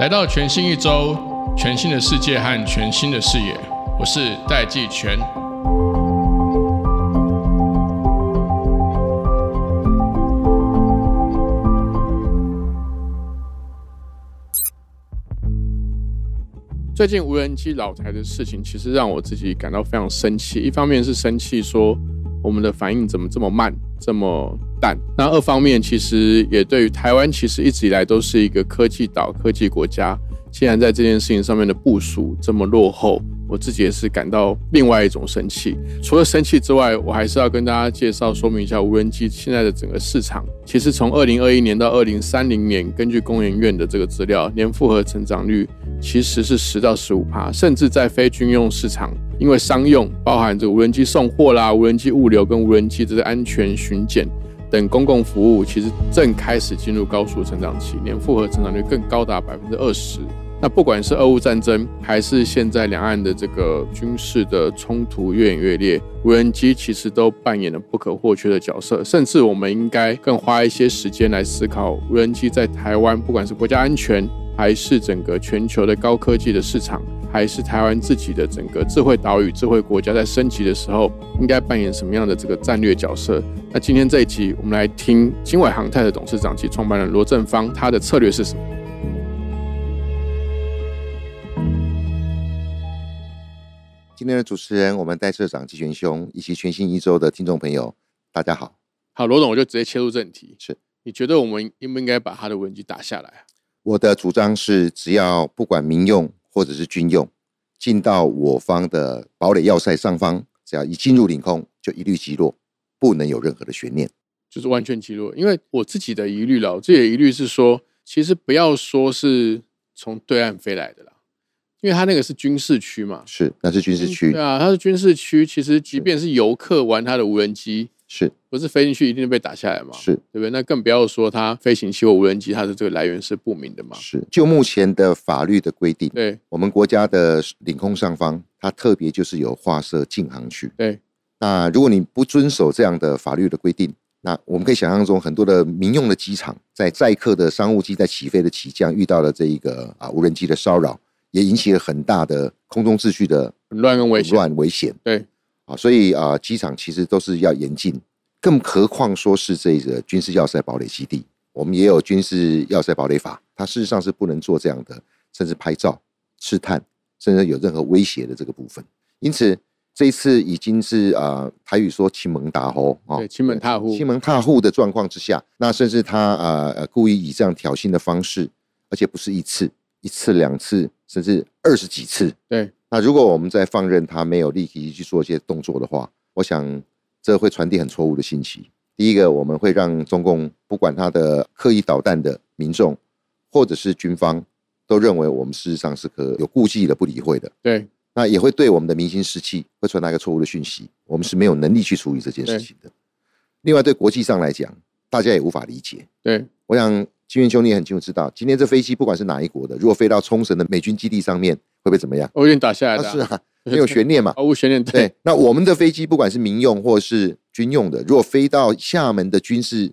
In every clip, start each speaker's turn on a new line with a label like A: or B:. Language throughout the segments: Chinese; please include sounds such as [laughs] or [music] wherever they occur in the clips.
A: 来到全新一周，全新的世界和全新的视野，我是戴季全。最近无人机老台的事情，其实让我自己感到非常生气。一方面是生气说我们的反应怎么这么慢，这么淡；那二方面其实也对于台湾，其实一直以来都是一个科技岛、科技国家，竟然在这件事情上面的部署这么落后，我自己也是感到另外一种生气。除了生气之外，我还是要跟大家介绍说明一下无人机现在的整个市场。其实从二零二一年到二零三零年，根据工研院的这个资料，年复合成长率。其实是十到十五趴，甚至在非军用市场，因为商用包含这个无人机送货啦、无人机物流跟无人机这个安全巡检等公共服务，其实正开始进入高速成长期，年复合成长率更高达百分之二十。那不管是俄乌战争，还是现在两岸的这个军事的冲突越演越烈，无人机其实都扮演了不可或缺的角色。甚至我们应该更花一些时间来思考无人机在台湾，不管是国家安全。还是整个全球的高科技的市场，还是台湾自己的整个智慧岛屿、智慧国家在升级的时候，应该扮演什么样的这个战略角色？那今天这一集，我们来听经纬航太的董事长及创办人罗振芳，他的策略是什么？
B: 今天的主持人，我们戴社长季全兄以及全新一周的听众朋友，大家好。
A: 好，罗总，我就直接切入正题。
B: 是，
A: 你觉得我们应不应该把他的文集打下来啊？
B: 我的主张是，只要不管民用或者是军用，进到我方的堡垒要塞上方，只要一进入领空，就一律击落，不能有任何的悬念。
A: 就是完全击落。因为我自己的疑虑啦，我自己的疑虑是说，其实不要说是从对岸飞来的啦，因为它那个是军事区嘛，
B: 是，那是军事区，
A: 对啊，它是军事区，其实即便是游客玩它的无人机，
B: 是
A: 不是飞进去一定被打下来嘛，
B: 是
A: 对不对？那更不要说它飞行器或无人机，它的这个来源是不明的嘛。
B: 是。就目前的法律的规定，
A: 对
B: 我们国家的领空上方，它特别就是有划设禁航区。
A: 对，
B: 那如果你不遵守这样的法律的规定，那我们可以想象中很多的民用的机场，在载客的商务机在起飞的起降遇到了这一个啊无人机的骚扰，也引起了很大的空中秩序的
A: 很乱跟危险。
B: 乱危险
A: 对，
B: 啊，所以啊机场其实都是要严禁，更何况说是这个军事要塞堡垒基地，我们也有军事要塞堡垒法，它事实上是不能做这样的，甚至拍照、试探，甚至有任何威胁的这个部分。因此，这一次已经是啊、呃台语说亲蒙打吼啊
A: 对，，亲门踏户
B: 欺，门踏户的状况之下，那甚至他呃呃故意以这样挑衅的方式，而且不是一次、一次、两次，甚至二十几次。
A: 对，
B: 那如果我们再放任他没有立即去做一些动作的话，我想这会传递很错误的信息。第一个，我们会让中共不管他的刻意捣蛋的民众，或者是军方，都认为我们事实上是可有顾忌的、不理会的。
A: 对
B: 那也会对我们的民心士气会传达一个错误的讯息，我们是没有能力去处理这件事情的。另外，对国际上来讲，大家也无法理解。
A: 对
B: 我想金元兄你也很清楚知道，今天这飞机不管是哪一国的，如果飞到冲绳的美军基地上面，会被怎么样？
A: 我有点打下来
B: 啊
A: 的啊、
B: 是啊，没有悬
A: [laughs]
B: 念嘛。
A: 毫无悬念。对
B: 对，那我们的飞机不管是民用或是军用的，如果飞到厦门的军事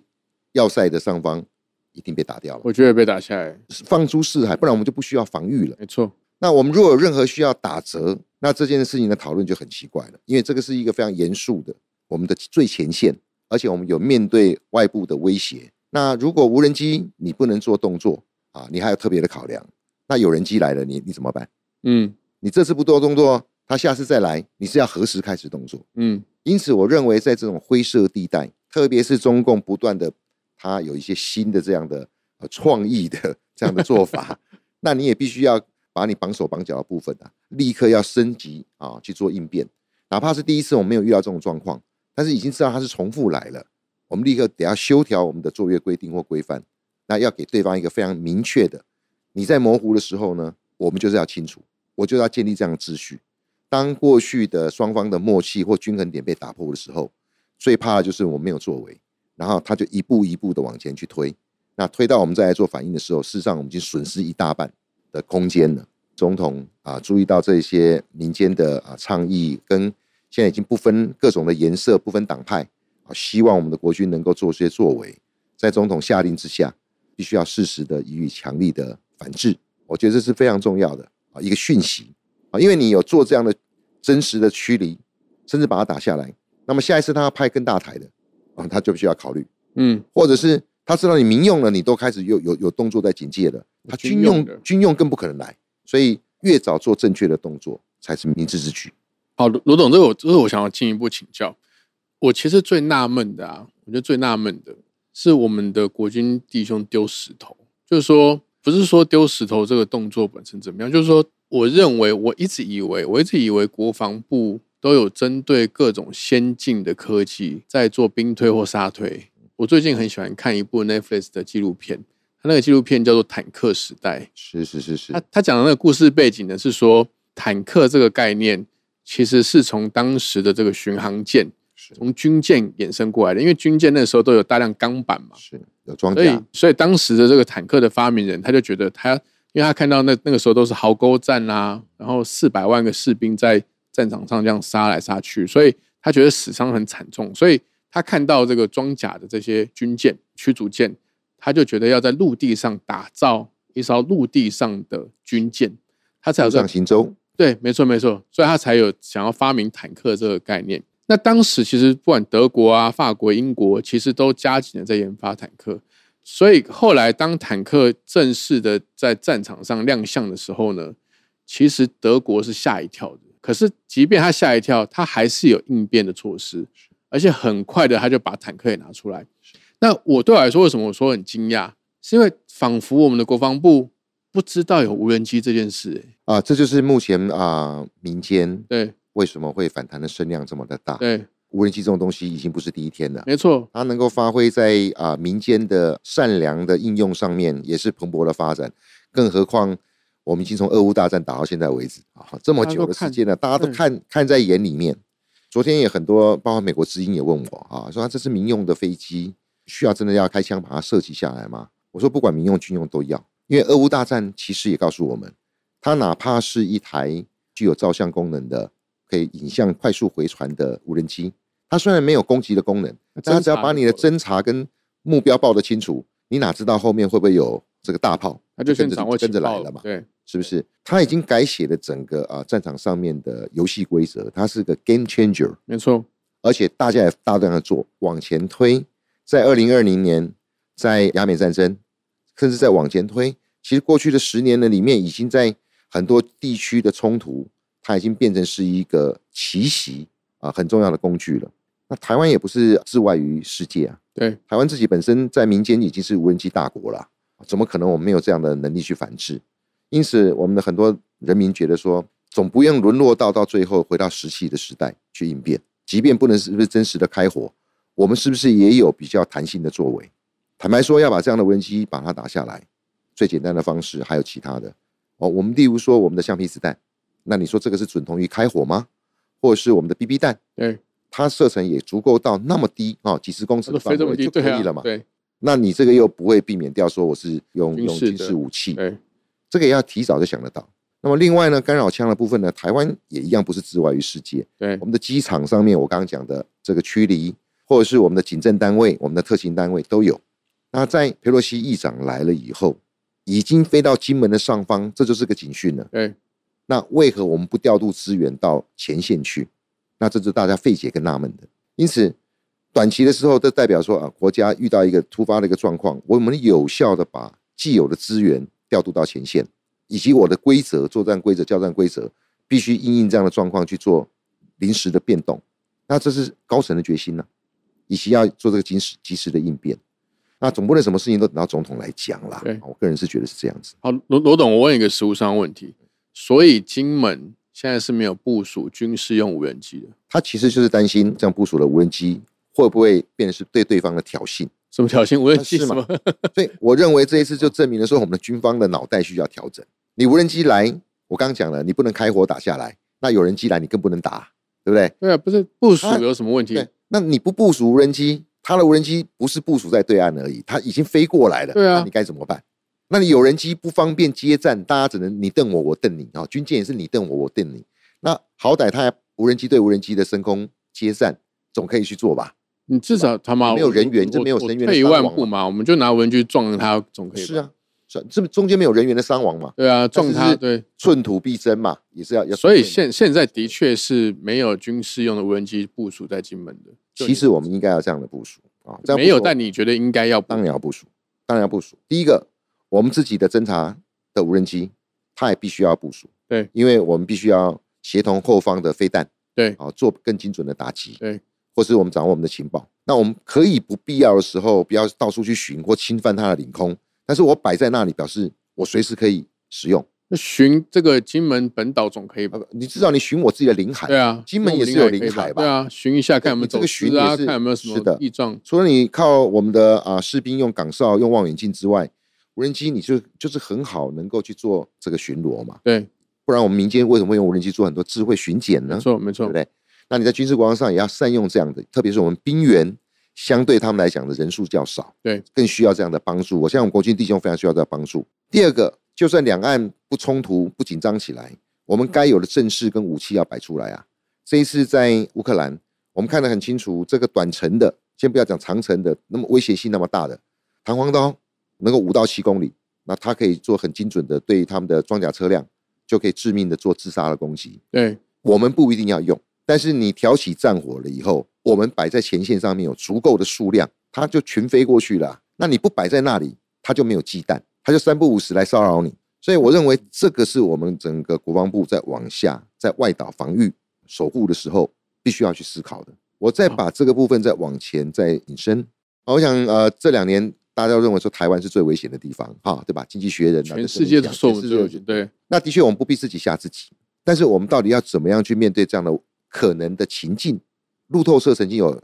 B: 要塞的上方，一定被打掉了，
A: 我觉得被打下来，
B: 放诸四海，不然我们就不需要防御了。
A: 没错。
B: 那我们如果有任何需要打折，那这件事情的讨论就很奇怪了，因为这个是一个非常严肃的，我们的最前线，而且我们有面对外部的威胁。那如果无人机你不能做动作啊，你还有特别的考量。那有人机来了，你你怎么办？
A: 嗯
B: 你这次不做动作，他下次再来，你是要何时开始动作？
A: 嗯，
B: 因此，我认为在这种灰色地带，特别是中共不断的，它有一些新的这样的呃创意的这样的做法，那你也必须要把你绑手绑脚的部分啊，立刻要升级啊去做应变。哪怕是第一次我们没有遇到这种状况，但是已经知道它是重复来了，我们立刻得要修调我们的作业规定或规范，那要给对方一个非常明确的。你在模糊的时候呢，我们就是要清楚，我就要建立这样的秩序。当过去的双方的默契或均衡点被打破的时候，最怕的就是我没有作为，然后他就一步一步的往前去推。那推到我们再来做反应的时候，事实上我们已经损失一大半的空间了。总统啊，注意到这些民间的啊倡议，跟现在已经不分各种的颜色、不分党派啊，希望我们的国军能够做些作为，这在总统下令之下，必须要适时的予以强力的反制。我觉得这是非常重要的啊，一个讯息啊，因为你有做这样的真实的驱离，甚至把它打下来，那么下一次他要派更大台的啊，他就必须要考虑，
A: 嗯，
B: 或者是他知道你民用了，你都开始有有有动作在警戒了，他
A: 军
B: 军
A: 用
B: 用
A: 的
B: 军用更不可能来，所以越早做正确的动作才是明智之举。
A: 好，罗罗董，这个我这个我想要进一步请教。我其实最纳闷的啊，我觉得最纳闷的是我们的国军弟兄丢石头，就是说不是说丢石头这个动作本身怎么样，就是说我认为我一直以为我一直以为国防部都有针对各种先进的科技在做兵推或杀推。我最近很喜欢看一部 Netflix 的纪录片，它那个纪录片叫做《坦克时代》，
B: 是是是是
A: 他他讲的那个故事背景呢，是说坦克这个概念其实是从当时的这个巡航舰，
B: 是
A: 从军舰衍生过来的。因为军舰那时候都有大量钢板嘛，
B: 是有装
A: 所以
B: 甲，
A: 所以当时的这个坦克的发明人，他就觉得他，因为他看到那那个时候都是壕沟战啦、然后四百万个士兵在战场上这样杀来杀去，所以他觉得死伤很惨重，所以他看到这个装甲的这些军舰、驱逐舰，他就觉得要在陆地上打造一艘陆地上的军舰，他才有
B: 陆
A: 这个
B: 上行舟，
A: 对，没错没错，所以他才有想要发明坦克这个概念。那当时其实不管德国啊、法国、英国，其实都加紧的在研发坦克。所以后来当坦克正式的在战场上亮相的时候呢，其实德国是吓一跳的。可是即便他吓一跳，他还是有应变的措施，而且很快的他就把坦克也拿出来。那我对我来说，为什么我说很惊讶？是因为仿佛我们的国防部不知道有无人机这件事、欸
B: 啊，这就是目前啊、民间
A: 对
B: 为什么会反弹的声量这么的大。
A: 对，
B: 无人机这种东西已经不是第一天了，
A: 没错，
B: 它能够发挥在啊、民间的善良的应用上面，也是蓬勃的发展。更何况我们已经从俄乌大战打到现在为止啊，这么
A: 大家
B: 久
A: 都
B: 的
A: 看
B: 时间了，大家都
A: 嗯
B: 看看在眼里面。昨天也很多，包括美国之音也问我啊，说、啊、这是民用的飞机，需要真的要开枪把它射击下来吗？我说不管民用军用都要，因为俄乌大战其实也告诉我们，它哪怕是一台具有照相功能的、可以影像快速回传的无人机，它虽然没有攻击的功能，但它只要把你的侦查跟目标报得清楚，你哪知道后面会不会有这个大炮？
A: 他就先
B: 跟着
A: 掌握
B: 跟着
A: 情
B: 来
A: 报
B: 了嘛，
A: 对，
B: 是不是？它已经改写了整个啊、战场上面的游戏规则，它是个 game changer，
A: 没错，
B: 而且大家也大量的做往前推，在二零二零年，在亚美战争，甚至在往前推，其实过去的十年的里面，已经在很多地区的冲突，它已经变成是一个奇袭啊、很重要的工具了。那台湾也不是置外于世界啊，
A: 对，
B: 台湾自己本身在民间已经是无人机大国了，怎么可能我们没有这样的能力去反制？因此，我们的很多人民觉得说，总不用沦落到到最后回到石器的时代去应变，即便不能是不是真实的开火，我们是不是也有比较弹性的作为？坦白说，要把这样的无人机把它打下来，最简单的方式还有其他的哦。我们例如说我们的橡皮子弹，那你说这个是准同于开火吗？或者是我们的 BB 弹，
A: 对，
B: 它射程也足够到那么低啊、哦，几十公尺
A: 他
B: 的
A: 都飞
B: 范
A: 这么
B: 围
A: 低，
B: 就可
A: 对
B: 以了
A: 啊
B: 嘛，？
A: 对
B: 那你这个又不会避免掉说我是用
A: 军
B: 用
A: 事
B: 军
A: 的
B: 事武器，
A: 对，
B: 这个也要提早就想得到。那么另外呢，干扰枪的部分呢，台湾也一样不是置外于世界。
A: 对
B: 我，们的机场上面，我刚刚讲的这个驱离，或者是我们的警政单位、我们的特勤单位都有。那在佩洛西议长来了以后，已经飞到金门的上方，这就是个警讯了。
A: 对，
B: 那为何我们不调度资源到前线去？那这是大家费解跟纳闷的。因此，短期的时候，这代表说啊，国家遇到一个突发的一个状况，我们有效的把既有的资源调度到前线，以及我的规则、作战规则、交战规则，必须因应这样的状况去做临时的变动。那这是高层的决心呢、以及要做这个及时及时的应变。那总不能什么事情都等到总统来讲啦
A: 对。
B: 我个人是觉得是这样子。
A: 好，罗罗董，我问一个实务上的问题，所以金门现在是没有部署军事用无人机的，
B: 他其实就是担心这样部署的无人机会不会变成是对对方的挑衅，
A: 什么挑衅无人机
B: 啊是
A: 什
B: 吗
A: 么？ [laughs]
B: 所以我认为这一次就证明了说我们的军方的脑袋需要调整。你无人机来，我刚讲了，你不能开火打下来，那有人机来你更不能打，对不对？
A: 对啊，不是部署
B: 啊
A: 有什么问题？
B: 对，那你不部署无人机，他的无人机不是部署在对岸而已，他已经飞过来了，
A: 对啊
B: 那你该怎么办？那你有人机不方便接战，大家只能你瞪我，我瞪你啊、哦军舰也是你瞪我，我瞪你。那好歹他还无人机对无人机的升空接战，总可以去做吧？
A: 你至少他妈
B: 没有人员
A: 我
B: 这没有
A: 我
B: 人员的
A: 退一
B: 伤
A: 万
B: 亡
A: 步
B: 嘛
A: 嘛，我们就拿文具撞他，总可以吧
B: 是，啊，是啊这中间没有人员的伤亡嘛，
A: 对啊，
B: 但
A: 撞
B: 是
A: 他
B: 是
A: 对，
B: 寸土必争嘛，也是要要。
A: 所以现现在的确是没有军事用的无人机部署在金门的，就
B: 其实我们应该要这样的部署啊，这样
A: 没有，
B: 但。
A: 但你觉得应该要部
B: 当然要部署，当然要部署。第一个，我们自己的侦察的无人机，它也必须要部署。
A: 对，
B: 因为我们必须要协同后方的飞弹，
A: 对
B: 啊，做更精准的打击。
A: 对，
B: 或是我们掌握我们的情报，那我们可以不必要的时候，不要到处去寻或侵犯它的领空，但是我摆在那里，表示我随时可以使用。
A: 那巡这个金门本岛总可以吧
B: 呃？你至少你寻我自己的领海，
A: 对啊，
B: 呃金门也是
A: 我们
B: 有
A: 可以
B: 领海吧
A: 对啊，巡一下看有没有
B: 你这
A: 走
B: 个巡
A: 私啊，
B: 也是
A: 看有没有什
B: 是
A: 么
B: 的
A: 异状。
B: 除了你靠我们的啊、士兵用岗哨、用望远镜之外，无人机你就就是很好能够去做这个巡逻嘛。
A: 对，
B: 不然我们民间为什么会用无人机做很多智慧巡检呢
A: 没？错没
B: 对
A: 错
B: 不，对？那你在军事国防上也要善用这样的，特别是我们兵员相对他们来讲的人数较少，
A: 对，
B: 更需要这样的帮助。我相信我们国军弟兄非常需要这样的帮助。第二个，就算两岸不冲突、不紧张起来，我们该有的阵势跟武器要摆出来啊。这一次在乌克兰，我们看得很清楚，这个短程的，先不要讲长程的，那么威胁性那么大的弹簧刀，能够五到七公里，那它可以做很精准的对他们的装甲车辆，就可以致命的做自杀的攻击。
A: 对
B: 我们不一定要用，但是你挑起战火了以后，我们摆在前线上面有足够的数量，它就群飞过去了啊。那你不摆在那里，它就没有忌惮，它就三不五时来骚扰你。所以我认为这个是我们整个国防部在往下在外岛防御守护的时候必须要去思考的。我再把这个部分再往前再引申，啊我想呃这两年大家都认为说台湾是最危险的地方哈，对吧？经济学人啊，
A: 全
B: 这是
A: 世界
B: 你
A: 都
B: 讲
A: 说我们
B: 全
A: 最
B: 世
A: 有
B: 界
A: 钱，对
B: 那的确，我们不必自己吓自己，但是我们到底要怎么样去面对这样的可能的情境？路透社曾经有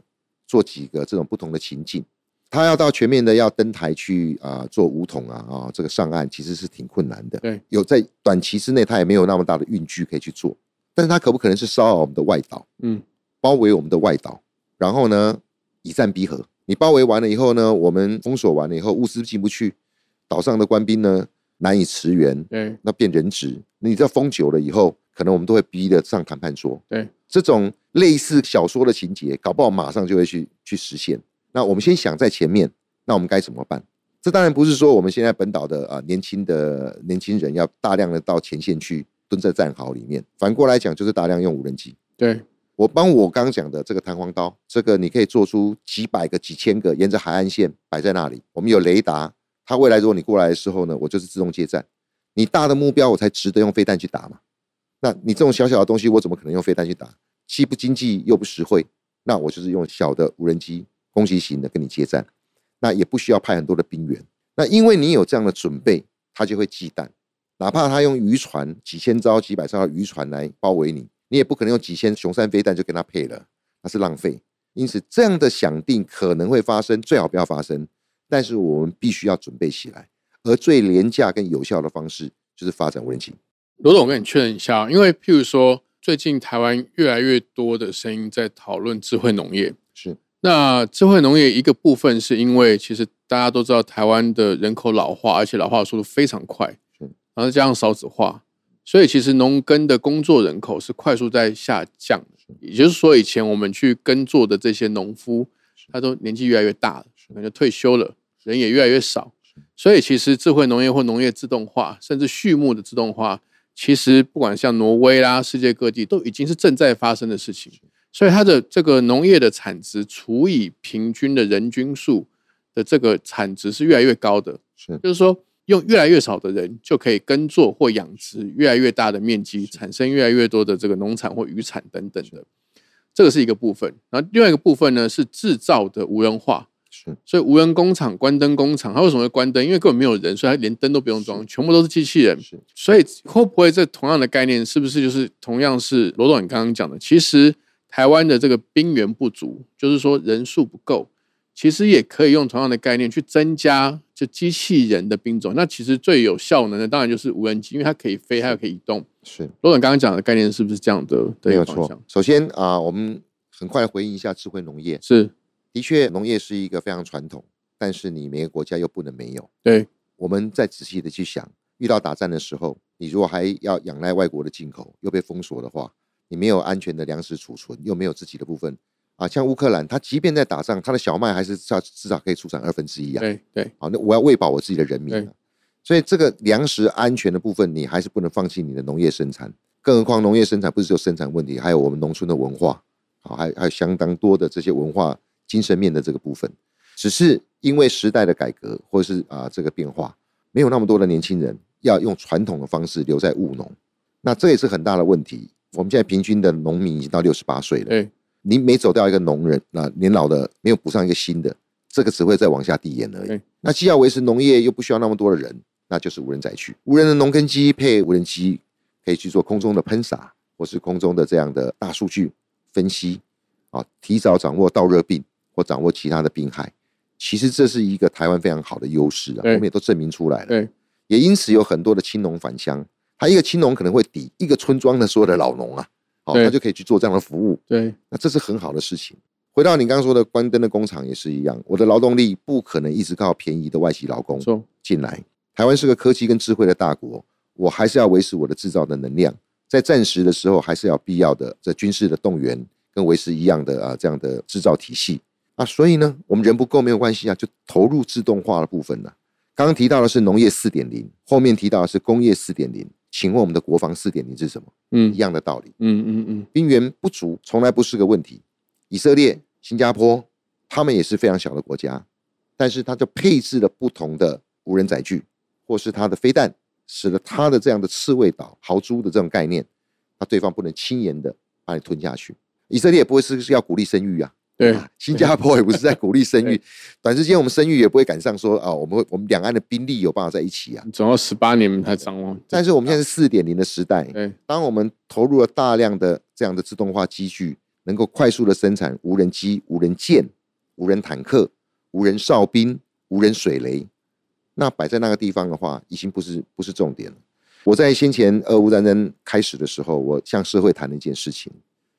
B: 做几个这种不同的情境，他要到全面的要登台去啊、做武统啊啊、这个上岸其实是挺困难的。
A: 对，
B: 有在短期之内他也没有那么大的运具可以去做，但是他可不可能是骚扰我们的外岛？
A: 嗯，
B: 包围我们的外岛，然后呢以战逼和。你包围完了以后呢，我们封锁完了以后，物资进不去，岛上的官兵呢难以驰援，
A: 对
B: 那变人质。你知道封久了以后，可能我们都会逼得上谈判桌。
A: 对，
B: 这种类似小说的情节，搞不好马上就会去去实现。那我们先想在前面，那我们该怎么办？这当然不是说我们现在本岛的啊、年轻的年轻人要大量的到前线去蹲在战壕里面，反过来讲就是大量用无人机。
A: 对
B: 我帮我刚刚讲的这个弹簧刀，这个你可以做出几百个、几千个，沿着海岸线摆在那里。我们有雷达，它未来如果你过来的时候呢，我就是自动接战。你大的目标，我才值得用飞弹去打嘛。那你这种小小的东西，我怎么可能用飞弹去打？既不经济又不实惠，那我就是用小的无人机攻击型的跟你接战，那也不需要派很多的兵员。那因为你有这样的准备，他就会忌惮。哪怕他用渔船几千艘、几百艘的渔船来包围你，你也不可能用几千雄山飞弹就跟他配了，那是浪费。因此，这样的想定可能会发生，最好不要发生。但是我们必须要准备起来，而最廉价跟有效的方式就是发展无人机。
A: 罗总，我跟你确认一下，啊因为譬如说，最近台湾越来越多的声音在讨论智慧农业。
B: 是
A: 那智慧农业一个部分是因为，其实大家都知道台湾的人口老化，而且老化的速度非常快
B: 是，
A: 然后加上少子化，所以其实农耕的工作人口是快速在下降的。也就是说，以前我们去耕作的这些农夫，他都年纪越来越大了，可能就退休了，人也越来越少。所以其实智慧农业或农业自动化，甚至畜牧的自动化，其实不管像挪威啦、世界各地，都已经是正在发生的事情。所以它的这个农业的产值除以平均的人均数的这个产值是越来越高的，
B: 是
A: 就是说用越来越少的人就可以耕作或养殖越来越大的面积，产生越来越多的这个农产或渔产等等的。这个是一个部分，然后另外一个部分呢是制造的无人化，
B: 是
A: 所以无人工厂、关灯工厂，它为什么会关灯？因为根本没有人，所以它连灯都不用装，全部都是机器人。
B: 是
A: 所以会不会这同样的概念，是不是就是同样是罗总你刚刚讲的？其实台湾的这个兵源不足，就是说人数不够，其实也可以用同样的概念去增加就机器人的兵种。那其实最有效能的当然就是无人机，因为它可以飞，它又可以移动。
B: 是，
A: 罗总刚刚讲的概念是不是这样的？
B: 没有
A: 的方
B: 错
A: 向。
B: 首先啊、我们很快回应一下智慧农业。
A: 是
B: 的确，农业是一个非常传统，但是你每个国家又不能没有。
A: 对
B: 我们再仔细的去想，遇到打仗的时候，你如果还要仰赖外国的进口，又被封锁的话，你没有安全的粮食储存，又没有自己的部分啊，像乌克兰，它即便在打仗，它的小麦还是至少至少可以出产二分之一啊。
A: 对对，
B: 好，那我要喂饱我自己的人民、
A: 对
B: 啊，所以这个粮食安全的部分，你还是不能放弃你的农业生产。更何况农业生产不是只有生产问题，还有我们农村的文化，好，还有还有相当多的这些文化精神面的这个部分。只是因为时代的改革或者是啊、这个变化，没有那么多的年轻人要用传统的方式留在务农，那这也是很大的问题。我们现在平均的农民已经到六十八岁了，
A: 对
B: 你每走掉一个农人，那年老的没有补上一个新的，这个只会再往下递延而已
A: 对。
B: 那既要维持农业，又不需要那么多的人，那就是无人载具。无人的农耕机配无人机，可以去做空中的喷洒，或是空中的这样的大数据分析，啊，提早掌握稻热病或掌握其他的病害。其实这是一个台湾非常好的优势啊，我
A: 对
B: 们也都证明出来了。
A: 对
B: 也因此有很多的青农返乡，他一个青农可能会抵一个村庄的所有的老农啊，哦，
A: 对
B: 他就可以去做这样的服务。
A: 对
B: 那这是很好的事情。回到你刚刚说的关灯的工厂也是一样，我的劳动力不可能一直靠便宜的外籍劳工
A: 错
B: 进来。台湾是个科技跟智慧的大国，我还是要维持我的制造的能量，在战时的时候还是要必要的这军事的动员跟维持一样的啊这样的制造体系啊，所以呢，我们人不够没有关系啊，就投入自动化的部分呢、刚刚提到的是农业四点零，后面提到的是工业四点零，请问我们的国防四点零是什么？
A: 嗯
B: 一样的道理。
A: 嗯嗯嗯
B: 兵源不足从来不是个问题。以色列、新加坡，他们也是非常小的国家，但是它就配置了不同的无人载具，或是它的飞弹，使得它的这样的刺猬岛、豪猪的这种概念，那对方不能轻言的把你吞下去。以色列也不会是是要鼓励生育啊，
A: 对
B: 啊新加坡也不是在鼓励生育，短时间我们生育也不会赶上说啊，我们会我们两岸的兵力有办法在一起啊。
A: 总要十八年才掌握。
B: 但是我们现在是四点零的时代，
A: 对
B: 当我们投入了大量的这样的自动化机具，能够快速的生产无人机、无人舰、无人坦克、无人哨兵、无人水雷，那摆在那个地方的话，已经不是不是重点了。我在先前俄乌战争开始的时候，我向社会谈了一件事情，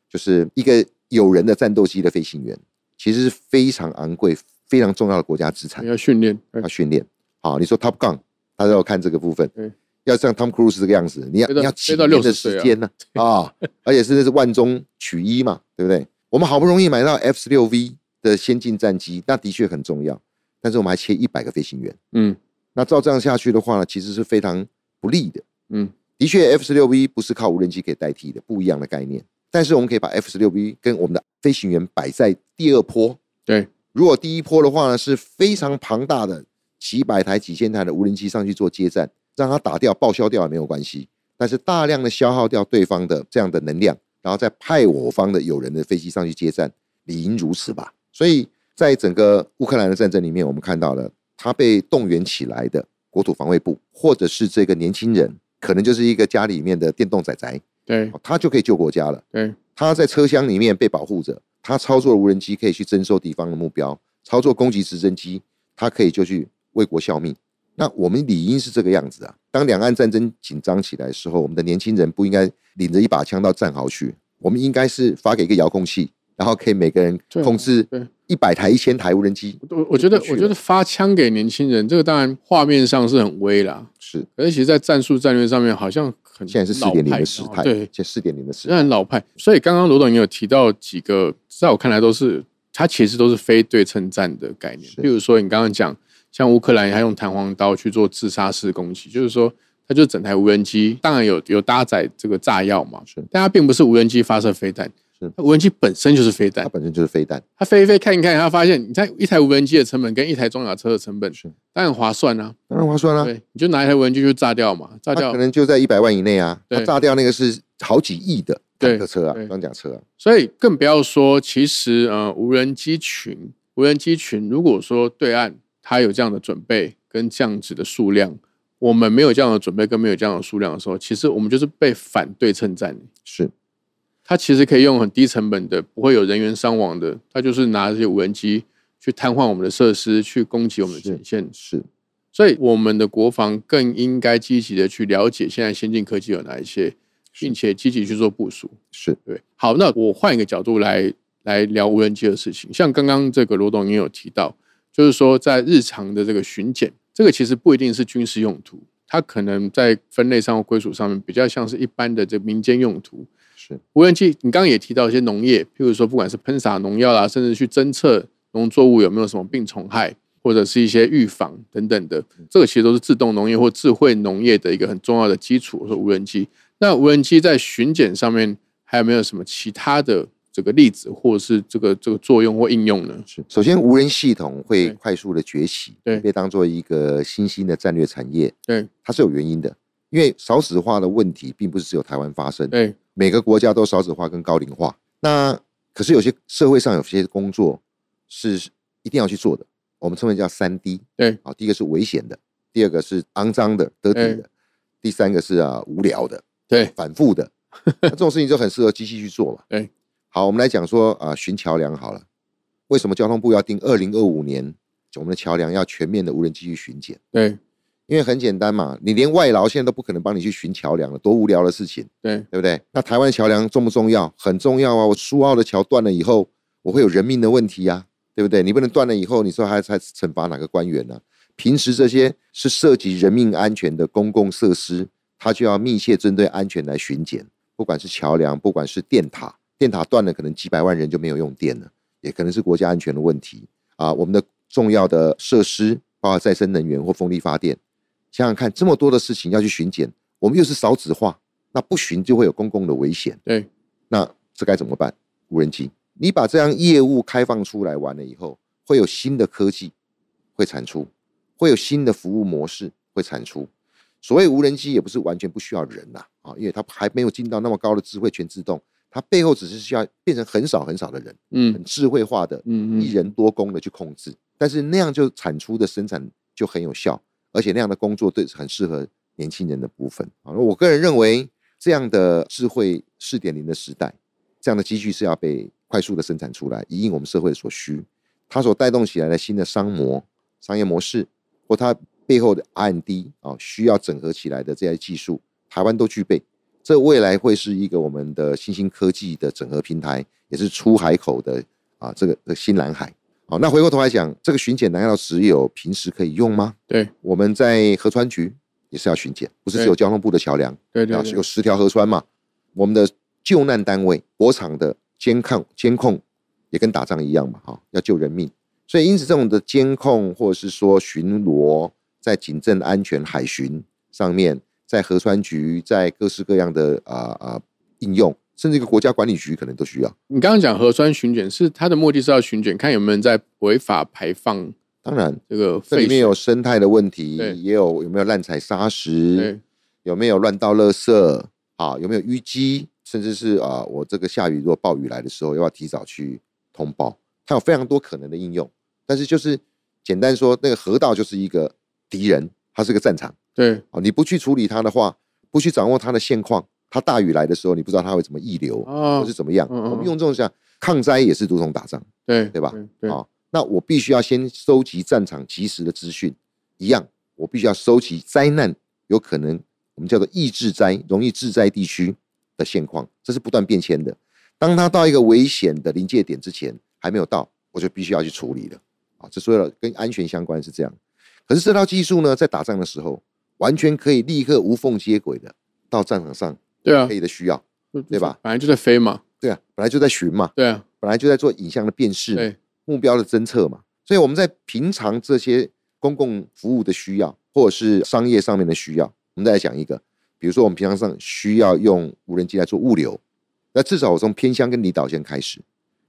B: 就是一个有人的战斗机的飞行员，其实是非常昂贵、非常重要的国家资产。
A: 要训练，对
B: 要训练。好，你说 Top Gun，大家要看这个部分
A: 对，
B: 要像 Tom Cruise 这个样子，你要
A: 嗯飞到
B: 你要
A: 飞
B: 几
A: 到
B: 年的
A: 60岁
B: 时
A: 啊
B: 间呢？
A: [laughs]
B: 啊，而且是是万中取一嘛，对不对？我们好不容易买到 F 十六 V 的先进战机，那的确很重要，但是我们还缺一百个飞行员。
A: 嗯
B: 那照这样下去的话呢，其实是非常不利的。
A: 嗯
B: 的确，F 十六 V 不是靠无人机可以代替的，不一样的概念。但是我们可以把 F 十六 V 跟我们的飞行员摆在第二波。
A: 对，
B: 如果第一波的话呢，是非常庞大的几百台、几千台的无人机上去做接战，让它打掉、报销掉也没有关系。但是大量的消耗掉对方的这样的能量，然后再派我方的友人的飞机上去接战，理应如此吧？所以在整个乌克兰的战争里面，我们看到了他被动员起来的国土防卫部，或者是这个年轻人，可能就是一个家里面的电动仔仔，
A: 对
B: 哦他就可以救国家了。
A: 对
B: 他在车厢里面被保护着，他操作无人机可以去征收敌方的目标，操作攻击直升机，他可以就去为国效命。那我们理应是这个样子啊。当两岸战争紧张起来的时候，我们的年轻人不应该领着一把枪到战壕去，我们应该是发给一个遥控器，然后可以每个人
A: 对啊
B: 控制
A: 对
B: 一百台、一千台无人机。
A: 我我觉得
B: 就去
A: 我
B: 了
A: 觉得发枪给年轻人，这个当然画面上是很威啦，
B: 是，
A: 可是其实在战术战略上面好像很
B: 现在是四
A: 老
B: 点零
A: 派哦
B: 的时态，
A: 对，
B: 现在四点零的时
A: 虽然老派，所以刚刚罗董也有提到几个，在我看来都是它其实都是非对称战的概念。
B: 是
A: 比如说你刚刚讲，像乌克兰它用弹簧刀去做自杀式攻击，就是说它就整台无人机，当然有有搭载这个炸药嘛，
B: 是
A: 但它并不是无人机发射飞弹
B: 是，
A: 它无人机本身就是飞弹
B: 它，本身就是飞弹，
A: 它飞一飞看一看，它发现你在一台无人机的成本跟一台装甲车的成本
B: 是
A: 当然划算啊，
B: 当然划算啦、
A: 对，你就拿一台无人机去炸掉嘛，炸
B: 它
A: 掉
B: 可能就在一百万以内啊。
A: 对
B: 它炸掉那个是好几亿的
A: 对
B: 坦克车啊
A: 对，
B: 装甲车啊。
A: 所以更不要说，其实呃，无人机群，无人机群，如果说对岸它有这样的准备跟这样子的数量，我们没有这样的准备跟没有这样的数量的时候，其实我们就是被反对称战。
B: 是，
A: 它其实可以用很低成本的，不会有人员伤亡的，它就是拿这些无人机去瘫痪我们的设施，去攻击我们的前线。
B: 是
A: 所以我们的国防更应该积极的去了解现在先进科技有哪一些，并且积极去做部署。
B: 是，
A: 对，好，那我换一个角度来来聊无人机的事情。像刚刚这个罗董也有提到，就是说在日常的这个巡检，这个其实不一定是军事用途，它可能在分类上或归属上面比较像是一般的这民间用途。
B: 是
A: 无人机，你刚刚也提到一些农业，譬如说不管是喷洒农药啦，甚至去侦测农作物有没有什么病虫害，或者是一些预防等等的，这个其实都是自动农业或智慧农业的一个很重要的基础。我说无人机，那无人机在巡检上面还有没有什么其他的这个例子，或者是这个这个作用或应用呢？
B: 是。首先，无人系统会
A: 对
B: 快速的崛起，
A: 对
B: 被当做一个新兴的战略产业，
A: 对
B: 它是有原因的。因为少子化的问题并不是只有台湾发生，
A: 对
B: 每个国家都少子化跟高龄化。那可是有些社会上有些工作是一定要去做的，我们称为叫三 D。
A: 对，
B: 啊，第一个是危险的，第二个是肮脏的、得体的，第三个是啊无聊的、
A: 对
B: 反
A: [laughs]
B: 复的。那这种事情就很适合机器去做嘛。
A: 对，
B: 好，我们来讲说啊，寻桥梁好了。为什么交通部要定二零二五年我们的桥梁要全面的无人机去巡检？
A: 对
B: 因为很简单嘛，你连外劳现在都不可能帮你去巡桥梁了，多无聊的事情。
A: 对
B: 对不对？那台湾的桥梁重不重要？很重要啊！我苏澳的桥断了以后，我会有人命的问题啊，对不对？你不能断了以后，你说还还惩罚哪个官员呢、啊平时这些是涉及人命安全的公共设施，它就要密切针对安全来巡检，不管是桥梁，不管是电塔，电塔断了，可能几百万人就没有用电了，也可能是国家安全的问题啊。我们的重要的设施，包括再生能源或风力发电，想想看，这么多的事情要去巡检，我们又是少子化。那不巡就会有公共的危险。
A: 对
B: 那这该怎么办？无人机，你把这样业务开放出来完了以后，会有新的科技会产出，会有新的服务模式会产出。所谓无人机也不是完全不需要人呐、啊，因为它还没有进到那么高的智慧全自动，它背后只是需要变成很少很少的人，
A: 嗯
B: 很智慧化的
A: 嗯
B: 一
A: 嗯
B: 人多工的去控制，但是那样就产出的生产就很有效，而且那样的工作对很适合年轻人的部分啊。我个人认为，这样的智慧四点零的时代，这样的机具是要被快速的生产出来，以应我们社会所需。它所带动起来的新的商模、商业模式，或它背后的 R&D 啊，需要整合起来的这些技术，台湾都具备。这未来会是一个我们的新兴科技的整合平台，也是出海口的啊，这个这个新蓝海。好，那回过头来讲，这个巡检难道只有平时可以用吗？
A: 对
B: 我们在河川局也是要巡检，不是只有
A: 对
B: 交通部的桥梁，
A: 对
B: 啊
A: 对，
B: 有十条河川嘛。我们的救难单位、国场的监控监控也跟打仗一样嘛，哈、要救人命。所以因此，这种的监控或者是说巡逻，在警政安全海巡上面，在河川局，在各式各样的啊啊、应用，甚至一个国家管理局可能都需要。
A: 你刚刚讲核酸巡检是它的目的是要巡检，看有没有人在违法排放
B: 当然，
A: 这个废
B: 这里面
A: 水。
B: 有生态的问题
A: 对，
B: 也有有没有滥采砂石
A: 对，
B: 有没有乱倒垃圾啊，有没有淤积，甚至是啊，我这个下雨如果暴雨来的时候，要不要提早去通报？它有非常多可能的应用，但是就是简单说，那个河道就是一个敌人，它是个战场
A: 对
B: 啊，你不去处理它的话，不去掌握它的现况，它大雨来的时候，你不知道它会怎么溢流
A: 哦
B: 或是怎么样。
A: 嗯嗯
B: 我们用这种想抗灾也是如同打仗。
A: 对
B: 对吧
A: 对
B: 啊、那我必须要先收集战场及时的资讯，一样，我必须要收集灾难有可能我们叫做易致灾、容易致灾地区的现况，这是不断变迁的。当它到一个危险的临界点之前还没有到，我就必须要去处理了啊。这所以跟安全相关是这样。可是这套技术呢，在打仗的时候，完全可以立刻无缝接轨的到战场上
A: 对啊
B: 可，以的需要，
A: 就
B: 对吧？
A: 反正就在飞嘛，
B: 对啊，本来就在寻嘛，
A: 对啊，
B: 本来就在做影像的辨识嘛，
A: 对
B: 目标的侦测嘛。所以我们在平常这些公共服务的需要，或者是商业上面的需要，我们再来讲一个，比如说我们平常上需要用无人机来做物流，那至少我从偏乡跟离岛先开始。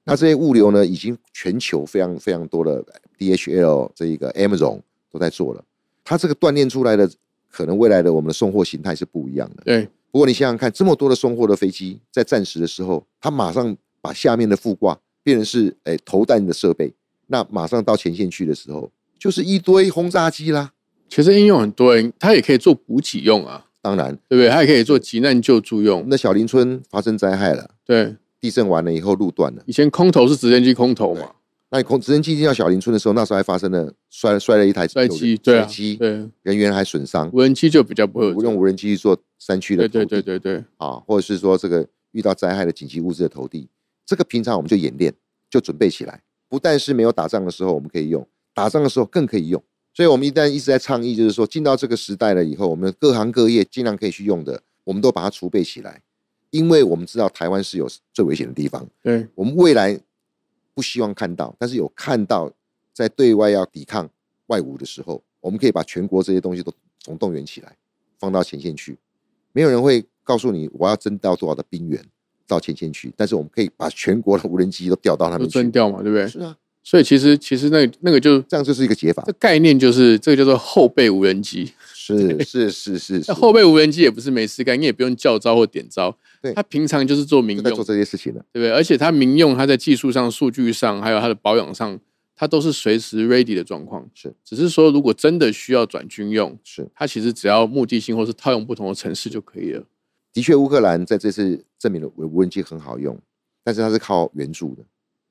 B: 那这些物流呢，已经全球非常非常多的 DHL 这一个 Amazon 都在做了，它这个锻炼出来的，可能未来的我们的送货形态是不一样的。
A: 对
B: 不过你想想看，这么多的送货的飞机在战时的时候，它马上把下面的副挂变成是哎诶、投弹的设备，那马上到前线去的时候，就是一堆轰炸机啦。
A: 其实应用很多，欸它也可以做补给用啊，
B: 当然，
A: 对不对？它也可以做急难救助
B: 我
A: 用
B: 们。的小林村发生灾害了，
A: 对，
B: 地震完了以后路断了，
A: 以前空投是直升机空投嘛，
B: 那你空直升机进到小林村的时候，那时候还发生了摔摔了一台
A: 摔
B: 有人
A: 机，对
B: 摔
A: 啊，
B: 机，
A: 对，
B: 人员还损伤，
A: 无人机就比较不会有这
B: 用
A: 种。
B: 无人机去做山区的
A: 对
B: 投
A: 对
B: 递
A: 对对对，
B: 啊，或者是说这个遇到灾害的紧急物资的投递，这个平常我们就演练，就准备起来。不但是没有打仗的时候我们可以用，打仗的时候更可以用。所以，我们一旦一直在倡议，就是说，进到这个时代了以后，我们各行各业尽量可以去用的，我们都把它储备起来。因为我们知道台湾是有最危险的地方，
A: 对，
B: 我们未来不希望看到，但是有看到在对外要抵抗外侮的时候，我们可以把全国这些东西都总动员起来，放到前线去。没有人会告诉你我要征调多少的兵员到前线去，但是我们可以把全国的无人机都调到那
A: 都
B: 边去。
A: 征调嘛，对不对？
B: 是啊，
A: 所以其实其实那个那个就
B: 这样就是一个解法
A: 这。概念就是这个叫做后备无人机。
B: 是是是是是
A: 那，后备无人机也不是没事干，你也不用叫招或点招
B: 对，
A: 它平常就是做民
B: 就
A: 用，
B: 在
A: 对
B: 做
A: 不
B: 这些事情了。
A: 对？而且它民用，它在技术上、数据上，还有它的保养上，它都是随时 ready 的状况。
B: 是，
A: 只是说如果真的需要转军用，
B: 是，
A: 它其实只要目的性或是套用不同的城市就可以了。
B: 的确，乌克兰在这次证明了无无人机很好用，但是它是靠援助的。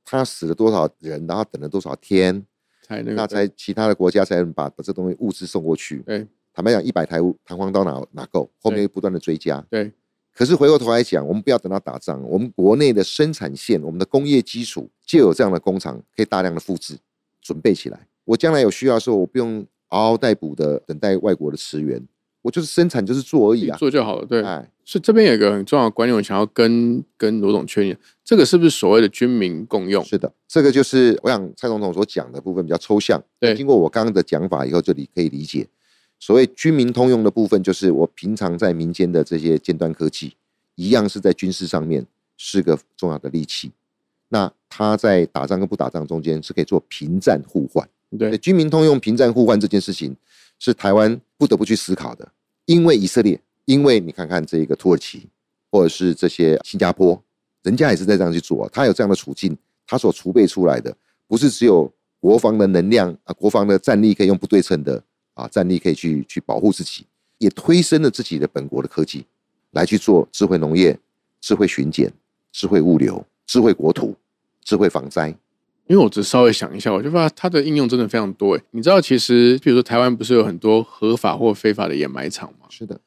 B: 他死了多少人，然后等了多少天，
A: 才那个
B: 那才其他的国家才能把把这东西物资送过去。
A: 对
B: 坦白讲，一百台弹簧刀哪哪够？后面又不断的追加。
A: 对
B: 可是回过头来讲，我们不要等到打仗，我们国内的生产线、我们的工业基础就有这样的工厂，可以大量的复制，准备起来。我将来有需要的时候，我不用嗷嗷待哺的等待外国的驰援，我就是生产就是做而已啊。
A: 做就好了。对，
B: 哎，
A: 所以这边有一个很重要的观念，我想要跟跟罗总确认，这个是不是所谓的军民共用？
B: 是的，这个就是我想蔡总统所讲的部分比较抽象。
A: 对
B: 经过我刚刚的讲法以后，这里可以理解。所谓军民通用的部分，就是我平常在民间的这些尖端科技，一样是在军事上面是个重要的利器。那它在打仗跟不打仗中间是可以做平战互换。
A: 对，
B: 军民通用平战互换这件事情，是台湾不得不去思考的，因为以色列，因为你看看这个土耳其，或者是这些新加坡，人家也是在这样去做、啊，他有这样的处境，他所储备出来的不是只有国防的能量啊，国防的战力可以用不对称的啊战力可以去去保护自己，也推升了自己的本国的科技来去做智慧农业、智慧巡检、智慧物流、智慧国土、智慧防灾，
A: 因为我只稍微想一下，我就发现它的应用真的非常多。诶，你知道，其实比如说台湾不是有很多合法或非法的掩埋场吗？
B: 是的，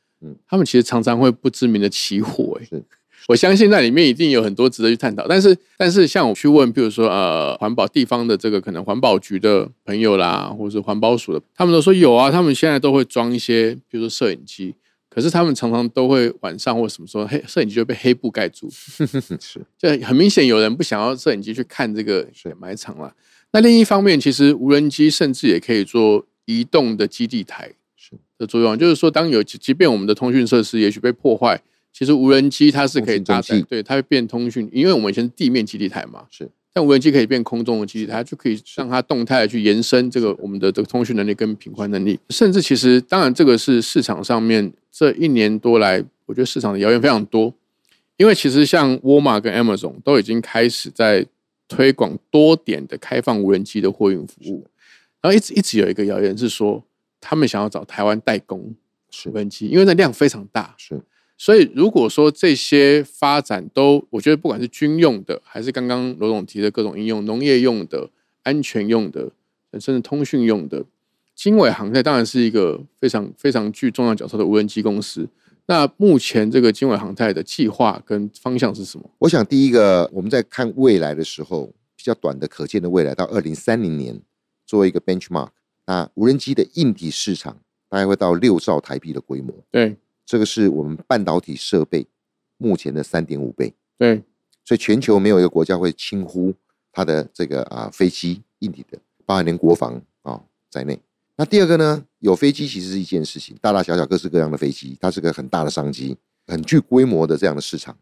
A: 他们其实常常会不知名的起火。诶
B: 是，
A: 我相信那里面一定有很多值得去探讨。但是，但是像我去问，比如说呃环保地方的这个可能环保局的朋友啦，或者是环保署的，他们都说有啊，他们现在都会装一些，比如说摄影机。可是他们常常都会晚上或什么时候，黑摄影机就被黑布盖住，
B: 嗯是
A: 就很明显有人不想要摄影机去看这个
B: 是
A: 掩埋场了。那另一方面，其实无人机甚至也可以做移动的基地台
B: 是
A: 的作用，就是说，当有即便我们的通讯设施也许被破坏，其实无人机它是可以搭
B: 通讯
A: 载，
B: 中继
A: 对，它会变通讯，因为我们以前是地面基地台嘛，
B: 是。
A: 但无人机可以变空中的基地台，它就可以让它动态的去延伸这个我们的这个通讯能力跟频宽能力，甚至其实当然这个是市场上面这一年多来，我觉得市场的谣言非常多，因为其实像沃尔玛跟 Amazon 都已经开始在推广多点的开放无人机的货运服务，然后一直一直有一个谣言是说他们想要找台湾代工
B: 是
A: 无人机，因为那量非常大，
B: 是
A: 所以，如果说这些发展都，我觉得不管是军用的，还是刚刚罗总提的各种应用，农业用的、安全用的，甚至通讯用的，经纬航太当然是一个非常非常具重要角色的无人机公司。那目前这个经纬航太的计划跟方向是什么？
B: 我想第一个，我们在看未来的时候，比较短的可见的未来，到二零三零年作为一个 benchmark，那无人机的硬体市场大概会到六兆台币的规模，
A: 对
B: 这个是我们半导体设备目前的三点五倍，
A: 对
B: 所以全球没有一个国家会轻忽它的这个啊飞机硬体的，包含连国防啊、在内。那第二个呢，有飞机其实是一件事情，大大小小各式各样的飞机，它是个很大的商机，很具规模的这样的市场。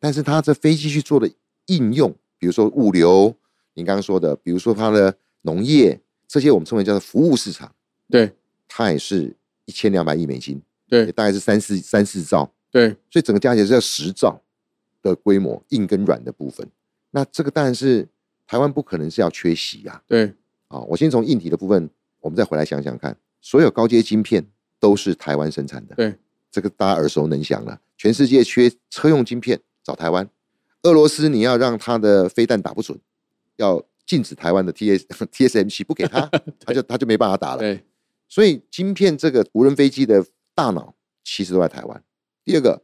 B: 但是它这飞机去做的应用，比如说物流，您刚刚说的，比如说它的农业，这些我们称为叫做服务市场，
A: 对
B: 它也是一千两百亿美金，也
A: 对
B: 大概是三四三四兆。
A: 对，
B: 所以整个加起来是要十兆的规模，硬跟软的部分。那这个当然是台湾不可能是要缺席啊！
A: 对
B: 啊，我先从硬体的部分，我们再回来想想看，所有高阶晶片都是台湾生产的，
A: 对，
B: 这个大家耳熟能详了。全世界缺车用晶片，找台湾。俄罗斯你要让它的飞弹打不准，要禁止台湾的 T S [laughs] T S M 七不
A: [laughs]
B: 给他，他就他就没办法打了。
A: 对
B: 所以晶片这个无人飞机的大脑其实都在台湾。第二个，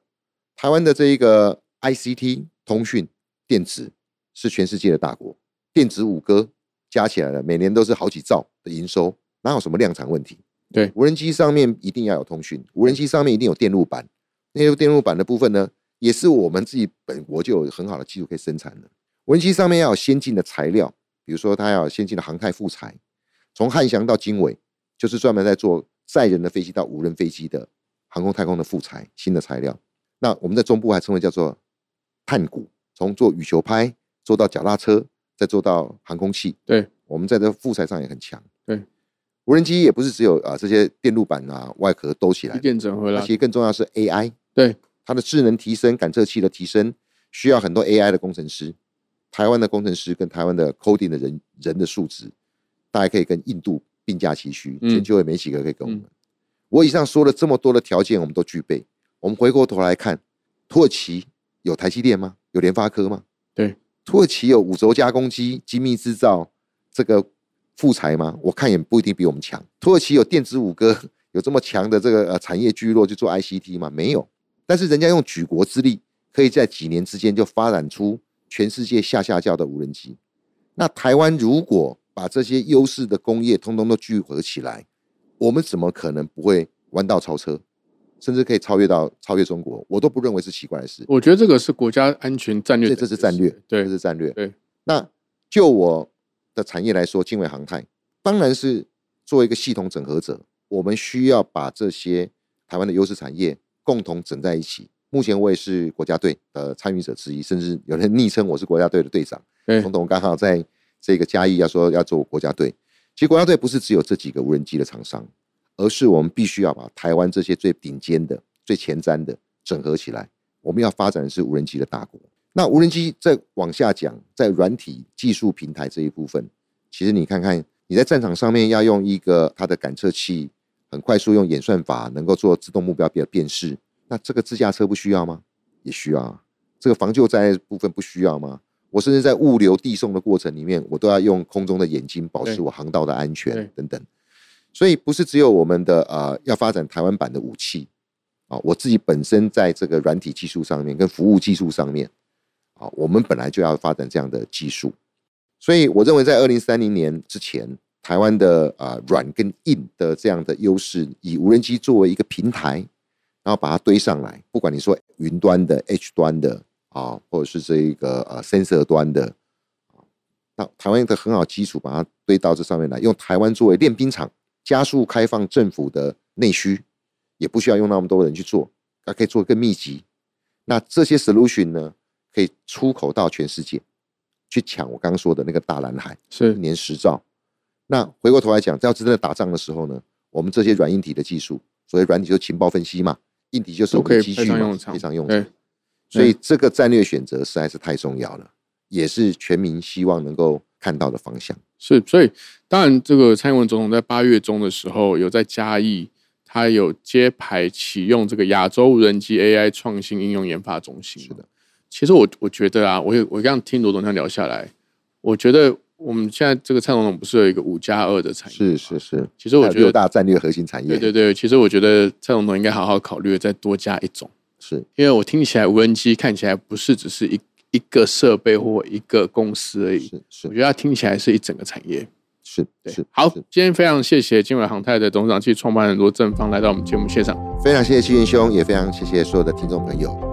B: 台湾的这一个 ICT 通讯电子是全世界的大国，电子五哥加起来了，每年都是好几兆的营收，哪有什么量产问题？
A: 对
B: 无人机上面一定要有通讯，无人机上面一定有电路板，那些电路板的部分呢，也是我们自己本国就有很好的技术可以生产的。无人机上面要有先进的材料，比如说它要有先进的航太副材，从汉翔到经纬，就是专门在做载人的飞机到无人飞机的航空太空的副材，新的材料。那我们在中部还称为叫做碳股，从做羽球拍做到脚踏车，再做到航空器。
A: 对，
B: 我们在这副材上也很强。
A: 对，
B: 无人机也不是只有啊、呃这些电路板啊外壳兜起来
A: 一，点整合
B: 它
A: 了
B: 其，实更重要的是 AI。
A: 对，
B: 它的智能提升、感测器的提升，需要很多 AI 的工程师。台湾的工程师跟台湾的 coding 的人人的素质，大概可以跟印度并驾齐驱，
A: 嗯
B: 全球也没几个可以跟我们。
A: 嗯
B: 我以上说了这么多的条件，我们都具备。我们回过头来看，土耳其有台积电吗？有联发科吗？
A: 对，
B: 土耳其有五轴加工机、精密制造这个副材吗？我看也不一定比我们强。土耳其有电子五哥，有这么强的这个呃产业聚落去做 ICT 吗？没有。但是人家用举国之力，可以在几年之间就发展出全世界下下叫的无人机。那台湾如果把这些优势的工业通通都聚合起来，我们怎么可能不会弯道超车，甚至可以超越到超越中国？我都不认为是奇怪的事。
A: 我觉得这个是国家安全战略
B: 这
A: 的，
B: 这是战略，这
A: 对
B: 是战略。
A: 对，
B: 那就我的产业来说，经纬航太当然是做一个系统整合者，我们需要把这些台湾的优势产业共同整在一起。目前我也是国家队的参与者之一，甚至有人昵称我是国家队的队长。
A: 对
B: 总统刚好在这个嘉义要说要做国家队，其实国家队不是只有这几个无人机的厂商，而是我们必须要把台湾这些最顶尖的、最前瞻的整合起来。我们要发展的是无人机的大国。那无人机再往下讲，在软体技术平台这一部分，其实你看看你在战场上面要用一个它的感测器，很快速用演算法能够做自动目标辨辨识，那这个自驾车不需要吗？也需要啊。这个防救灾害部分不需要吗？我甚至在物流递送的过程里面，我都要用空中的眼睛保持
A: 对
B: 我航道的安全
A: 对
B: 等等。所以不是只有我们的呃要发展台湾版的武器啊，我自己本身在这个软体技术上面跟服务技术上面啊，我们本来就要发展这样的技术。所以我认为，在二零三零年之前，台湾的啊、呃软跟硬的这样的优势，以无人机作为一个平台，然后把它堆上来，不管你说云端的、H 端的啊，或者是这一个呃 sensor 端的，那台湾有一个很好的基础，把它堆到这上面来，用台湾作为练兵场，加速开放政府的内需，也不需要用那么多人去做，它可以做得更密集。那这些 solution 呢，可以出口到全世界，去抢我刚刚说的那个大蓝海。
A: 是
B: 年十兆。那回过头来讲，在真的打仗的时候呢，我们这些软硬体的技术，所谓软体就是情报分析嘛，硬体就是我
A: 都
B: 们
A: 可
B: 的
A: 以
B: 机
A: 派
B: 具
A: 上
B: 嘛
A: 用，场
B: 非常用
A: 对
B: 场。所以这个战略选择实在是太重要了，也是全民希望能够看到的方向。
A: 是，所以当然，这个蔡英文总统在八月中的时候有在嘉义，他有揭牌启用这个亚洲无人机 AI 创新应用研发中心。
B: 是的，
A: 其实我我觉得啊，我有我刚刚听罗总这样聊下来，我觉得我们现在这个蔡总统不是有一个五加二的产业？
B: 是是。是，
A: 其实我
B: 还有
A: 觉
B: 六
A: 得，
B: 大战略核心产业，
A: 对对对，其实我觉得蔡总统应该好好考虑再多加一种。
B: 是
A: 因为我听起来无人机看起来不是只是一一个设备或一个公司而已，
B: 是
A: 我觉
B: 是
A: 得它听起来是一整个产业。
B: 是
A: 对
B: 是，，
A: 好，
B: 是
A: 今天非常谢谢经纬航太的董事长暨创办人罗正芳来到我们节目现场，
B: 非常谢谢七云兄，也非常谢谢所有的听众朋友，